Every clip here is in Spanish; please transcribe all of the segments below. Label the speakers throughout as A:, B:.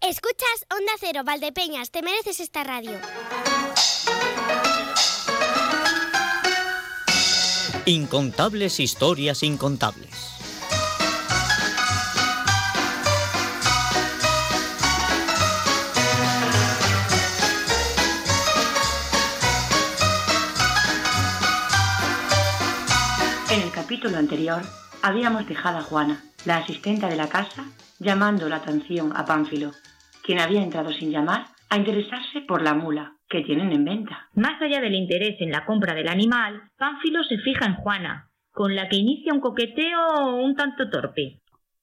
A: Escuchas Onda Cero, Valdepeñas, te mereces esta radio.
B: Incontables historias incontables.
C: En el capítulo anterior habíamos dejado a Juana, la asistenta de la casa, llamando la atención a Pánfilo, quien había entrado sin llamar a interesarse por la mula que tienen en venta.
D: Más allá del interés en la compra del animal, Pánfilo se fija en Juana, con la que inicia un coqueteo un tanto torpe.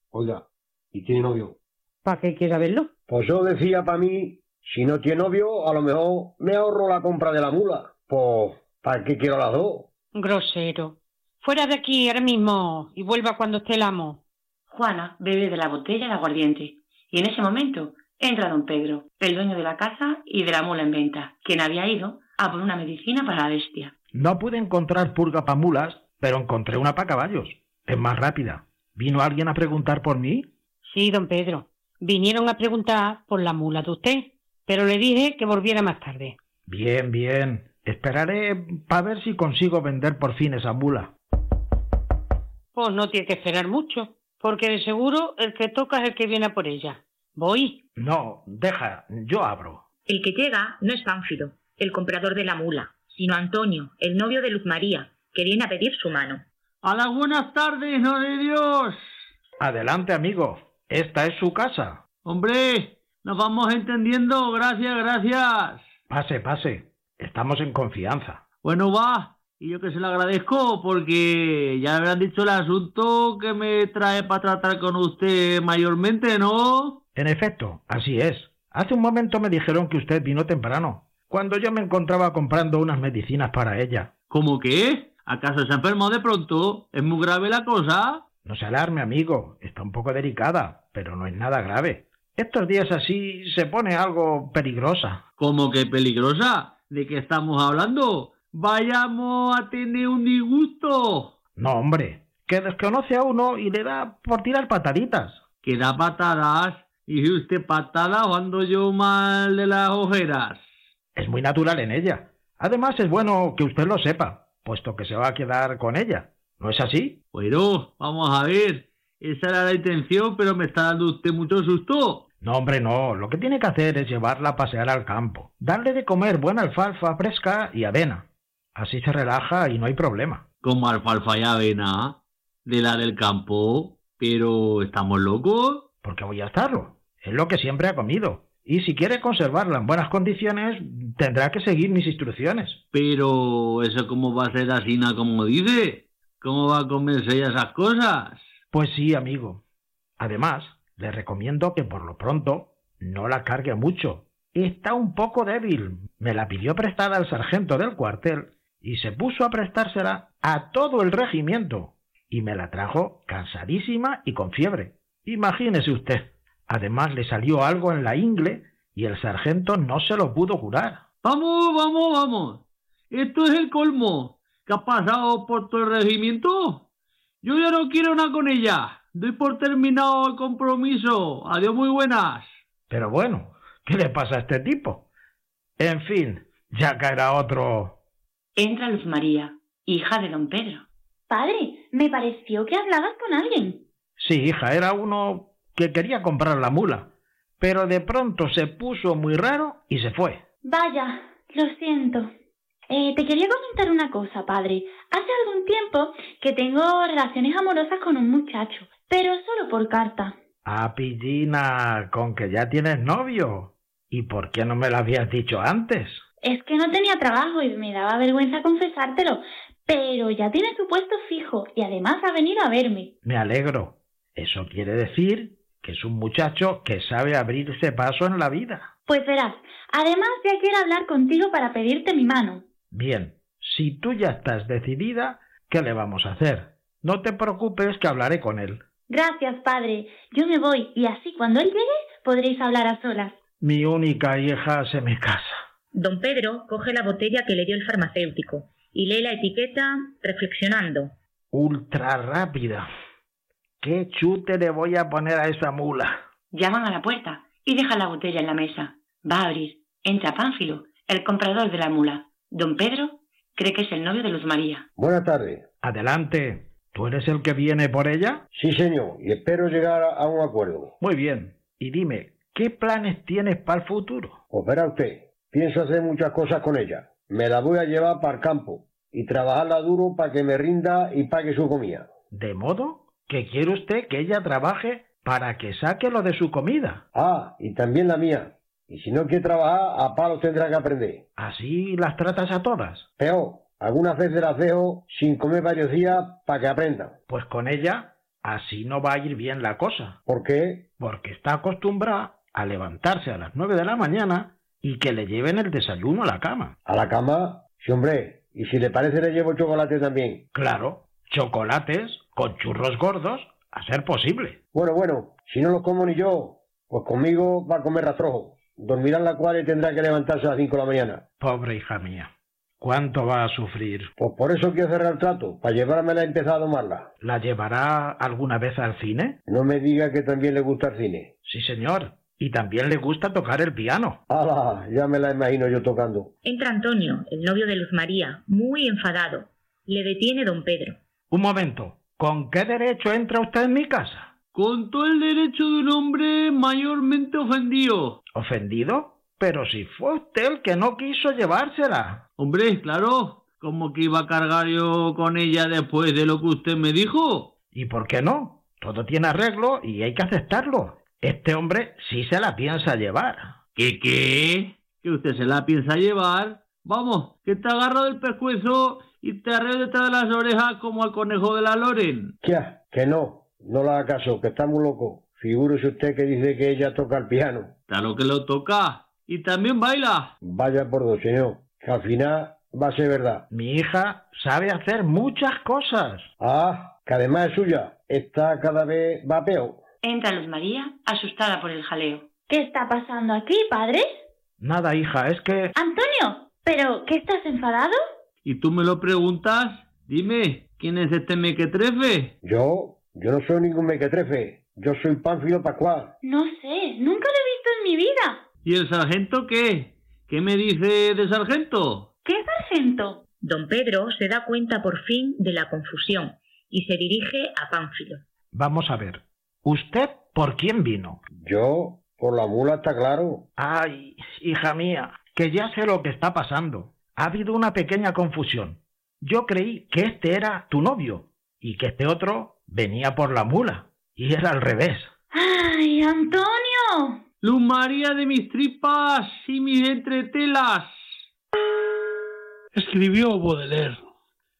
E: Oiga, ¿y tiene novio?
F: ¿Para qué quieres saberlo?
E: Pues yo decía para mí, si no tiene novio, a lo mejor me ahorro la compra de la mula. Pues, ¿para qué quiero las dos?
F: Grosero. Fuera de aquí ahora mismo y vuelva cuando esté el amo.
C: Juana bebe de la botella de aguardiente y en ese momento entra don Pedro, el dueño de la casa y de la mula en venta, quien había ido a por una medicina para la bestia.
G: No pude encontrar purga pa' mulas, pero encontré una para caballos. Es más rápida. ¿Vino alguien a preguntar por mí?
F: Sí, don Pedro. Vinieron a preguntar por la mula de usted, pero le dije que volviera más tarde.
G: Bien, bien. Esperaré para ver si consigo vender por fin esa mula.
F: Pues no tiene que esperar mucho, porque de seguro el que toca es el que viene a por ella. Voy.
G: No, deja, yo abro.
D: El que llega no es Pánfilo, el comprador de la mula, sino Antonio, el novio de Luz María, que viene a pedir su mano.
H: A las buenas tardes, no de Dios.
G: Adelante, amigo. Esta es su casa.
H: Hombre, nos vamos entendiendo. Gracias, gracias.
G: Pase, pase. Estamos en confianza.
H: Bueno, va. Y yo que se lo agradezco porque ya me habrán dicho el asunto que me trae para tratar con usted mayormente, ¿no?
G: En efecto, así es. Hace un momento me dijeron que usted vino temprano, cuando yo me encontraba comprando unas medicinas para ella.
H: ¿Cómo que? ¿Acaso se ha enfermado de pronto? ¿Es muy grave la cosa?
G: No se alarme, amigo. Está un poco delicada, pero no es nada grave. Estos días así se pone algo peligrosa.
H: ¿Cómo que peligrosa? ¿De qué estamos hablando? Vayamos a tener un disgusto.
G: No, hombre, que desconoce a uno y le da por tirar pataditas.
H: Que da patadas. ¿Y usted patadas o ando yo mal de las ojeras?
G: Es muy natural en ella. Además, es bueno que usted lo sepa, puesto que se va a quedar con ella. ¿No es así?
H: Bueno, vamos a ver. Esa era la intención, pero me está dando usted mucho susto.
G: No, hombre, no. Lo que tiene que hacer es llevarla a pasear al campo, darle de comer buena alfalfa fresca y avena. Así se relaja y no hay problema.
H: Como alfalfa y avena de la del campo. Pero, ¿estamos locos?
G: Porque voy a estarlo. Es lo que siempre ha comido. Y si quiere conservarla en buenas condiciones, tendrá que seguir mis instrucciones.
H: Pero, ¿eso cómo va a ser así, na, como dice? ¿Cómo va a comerse ella esas cosas?
G: Pues sí, amigo. Además, le recomiendo que por lo pronto no la cargue mucho. Está un poco débil. Me la pidió prestada el sargento del cuartel y se puso a prestársela a todo el regimiento. Y me la trajo cansadísima y con fiebre. Imagínese usted. Además le salió algo en la ingle y el sargento no se lo pudo curar.
H: Vamos, vamos, vamos. Esto es el colmo. ¿Qué ha pasado por todo el regimiento? Yo ya no quiero nada con ella. Doy por terminado el compromiso. Adiós, muy buenas.
G: Pero bueno, ¿qué le pasa a este tipo? En fin, ya caerá otro.
C: Entra Luz María, hija de don Pedro.
I: Padre, me pareció que hablabas con alguien.
G: Sí, hija, era uno que quería comprar la mula, pero de pronto se puso muy raro y se fue.
I: Vaya, lo siento. Eh, te quería comentar una cosa, padre. Hace algún tiempo que tengo relaciones amorosas con un muchacho, pero solo por carta.
G: Ah, pillina, con que ya tienes novio. ¿Y por qué no me lo habías dicho antes?
I: Es que no tenía trabajo y me daba vergüenza confesártelo, pero ya tiene su puesto fijo y además ha venido a verme.
G: Me alegro. Eso quiere decir que es un muchacho que sabe abrirse paso en la vida.
I: Pues verás, además ya quiero hablar contigo para pedirte mi mano.
G: Bien, si tú ya estás decidida, ¿qué le vamos a hacer? No te preocupes que hablaré con él.
I: Gracias, padre. Yo me voy y así cuando él llegue podréis hablar a solas.
G: Mi única hija se me casa.
D: Don Pedro coge la botella que le dio el farmacéutico y lee la etiqueta reflexionando.
G: Ultra rápida. ¿Qué chute le voy a poner a esa mula?
C: Llaman a la puerta y deja la botella en la mesa. Va a abrir. Entra Pánfilo, el comprador de la mula. Don Pedro cree que es el novio de Luz María.
E: Buenas tardes.
G: Adelante. ¿Tú eres el que viene por ella?
E: Sí, señor, y espero llegar a a un acuerdo.
G: Muy bien. Y dime, ¿qué planes tienes para el futuro?
E: Pues verá usted, pienso hacer muchas cosas con ella. Me la voy a llevar para el campo y trabajarla duro para que me rinda y pague su comida.
G: De modo que quiere usted que ella trabaje para que saque lo de su comida.
E: Ah, y también la mía. Y si no quiere trabajar, a palos tendrá que aprender.
G: Así las tratas a todas.
E: Peor, algunas veces las dejo sin comer varios días para que aprendan.
G: Pues con ella así no va a ir bien la cosa,
E: ¿Por qué?
G: porque está acostumbrada a levantarse a las nueve de la mañana y que le lleven el desayuno a la cama.
E: A la cama, sí, hombre. Y si le parece, le llevo chocolate también.
G: Claro, chocolates con churros gordos, a ser posible.
E: Bueno, bueno, si no los como ni yo, pues conmigo va a comer rastrojo. Dormirá en la cual y tendrá que levantarse a las 5 de la mañana.
G: Pobre hija mía, ¿cuánto va a sufrir?
E: Pues por eso quiero cerrar el trato, para llevármela y empezar a domarla.
G: ¿La llevará alguna vez al cine?
E: No me diga que también le gusta el cine.
G: Sí, señor. Y también le gusta tocar el piano.
E: ¡Hala! Ya me la imagino yo tocando.
D: Entra Antonio, el novio de Luz María, muy enfadado. Le detiene don Pedro.
G: Un momento, ¿con qué derecho entra usted en mi casa?
H: Con todo el derecho de un hombre mayormente ofendido.
G: ¿Ofendido? Pero si fue usted el que no quiso llevársela.
H: Hombre, claro, como que iba a cargar yo con ella después de lo que usted me dijo.
G: ¿Y por qué no? Todo tiene arreglo y hay que aceptarlo. Este hombre sí se la piensa llevar.
H: ¿Qué qué? Que usted se la piensa llevar. Vamos, que te agarro del pescuezo y te arreo detrás de las orejas como al conejo de la Loren.
E: Ya, que no, no la haga caso, que está muy loco. Figúrese usted que dice que ella toca el piano.
H: Claro que lo toca. Y también baila.
E: Vaya por dos, señor, que al final va a ser verdad.
G: Mi hija sabe hacer muchas cosas.
E: Ah, que además es suya. Está cada vez va peor.
C: Entra Luz María, asustada por el jaleo.
I: ¿Qué está pasando aquí, padre?
G: Nada, hija, es que...
I: Antonio, ¿pero qué estás enfadado?
H: ¿Y tú me lo preguntas? Dime, ¿quién es este mequetrefe?
E: Yo, yo no soy ningún mequetrefe. Yo soy Pánfilo Pascual.
I: No sé, nunca lo he visto en mi vida.
H: ¿Y el sargento qué? ¿Qué me dice de sargento?
I: ¿Qué sargento?
D: Don Pedro se da cuenta por fin de la confusión y se dirige a Pánfilo.
G: Vamos a ver. ¿Usted por quién vino?
E: Yo, por la mula está claro.
G: Ay, hija mía, que ya sé lo que está pasando. Ha habido una pequeña confusión. Yo creí que este era tu novio y que este otro venía por la mula. Y era al revés.
I: ¡Ay, Antonio!
H: Luz María de mis tripas y mis entretelas.
J: Escribió Baudelaire.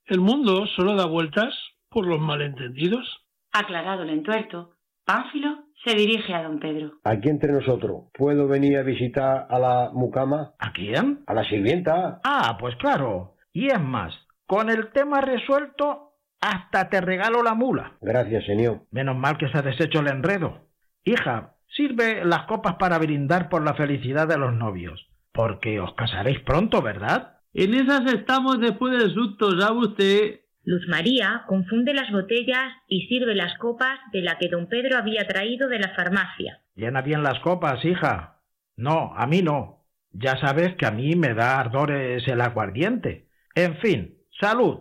J: El mundo solo da vueltas por los malentendidos.
C: Aclarado el entuerto, Pánfilo se dirige a don Pedro.
E: Aquí entre nosotros, ¿puedo venir a visitar a la mucama?
G: ¿A quién?
E: A la sirvienta.
G: Ah, pues claro. Y es más, con el tema resuelto, hasta te regalo la mula.
E: Gracias, señor.
G: Menos mal que se ha deshecho el enredo. Hija, sirve las copas para brindar por la felicidad de los novios. Porque os casaréis pronto, ¿verdad?
H: En esas estamos después del susto, ¿sabe usted?
D: Luz María confunde las botellas y sirve las copas de la que don Pedro había traído de la farmacia.
G: Llena bien las copas, hija. No, a mí no. Ya sabes que a mí me da ardores el aguardiente. En fin, salud.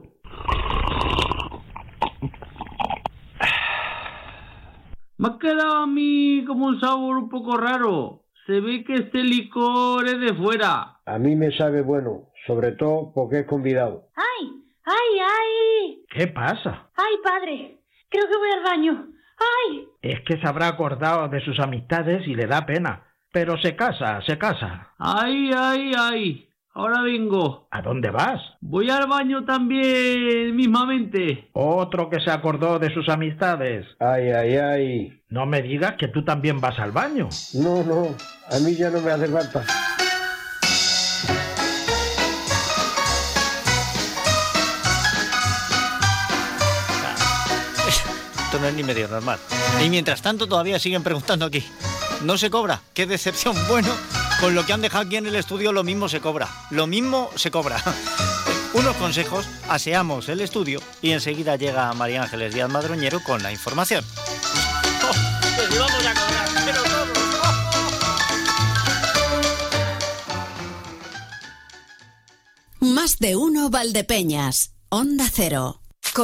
H: Me ha quedado a mí como un sabor un poco raro. Se ve que este licor es de fuera.
E: A mí me sabe bueno, sobre todo porque es convidado.
I: ¡Ay! ¡Ay, ay!
G: ¿Qué pasa?
I: ¡Ay, padre! Creo que voy al baño. ¡Ay!
G: Es que se habrá acordado de sus amistades y le da pena. Pero se casa, se casa.
H: Ay, ay, ay. Ahora vengo.
G: ¿A dónde vas?
H: Voy al baño también mismamente.
G: Otro que se acordó de sus amistades.
E: Ay, ay, ay.
G: No me digas que tú también vas al baño.
E: No, no, a mí ya no me hace falta.
B: Esto no es ni medio normal. Y mientras tanto todavía siguen preguntando aquí. No se cobra. Qué decepción. Bueno, con lo que han dejado aquí en el estudio lo mismo se cobra. Lo mismo se cobra. Unos consejos, aseamos el estudio y enseguida llega María Ángeles Díaz Madroñero con la información. ¡Oh! Pues vamos a cobrar, pero todos. ¡Oh, oh, oh!
I: Más de uno Valdepeñas. Onda Cero.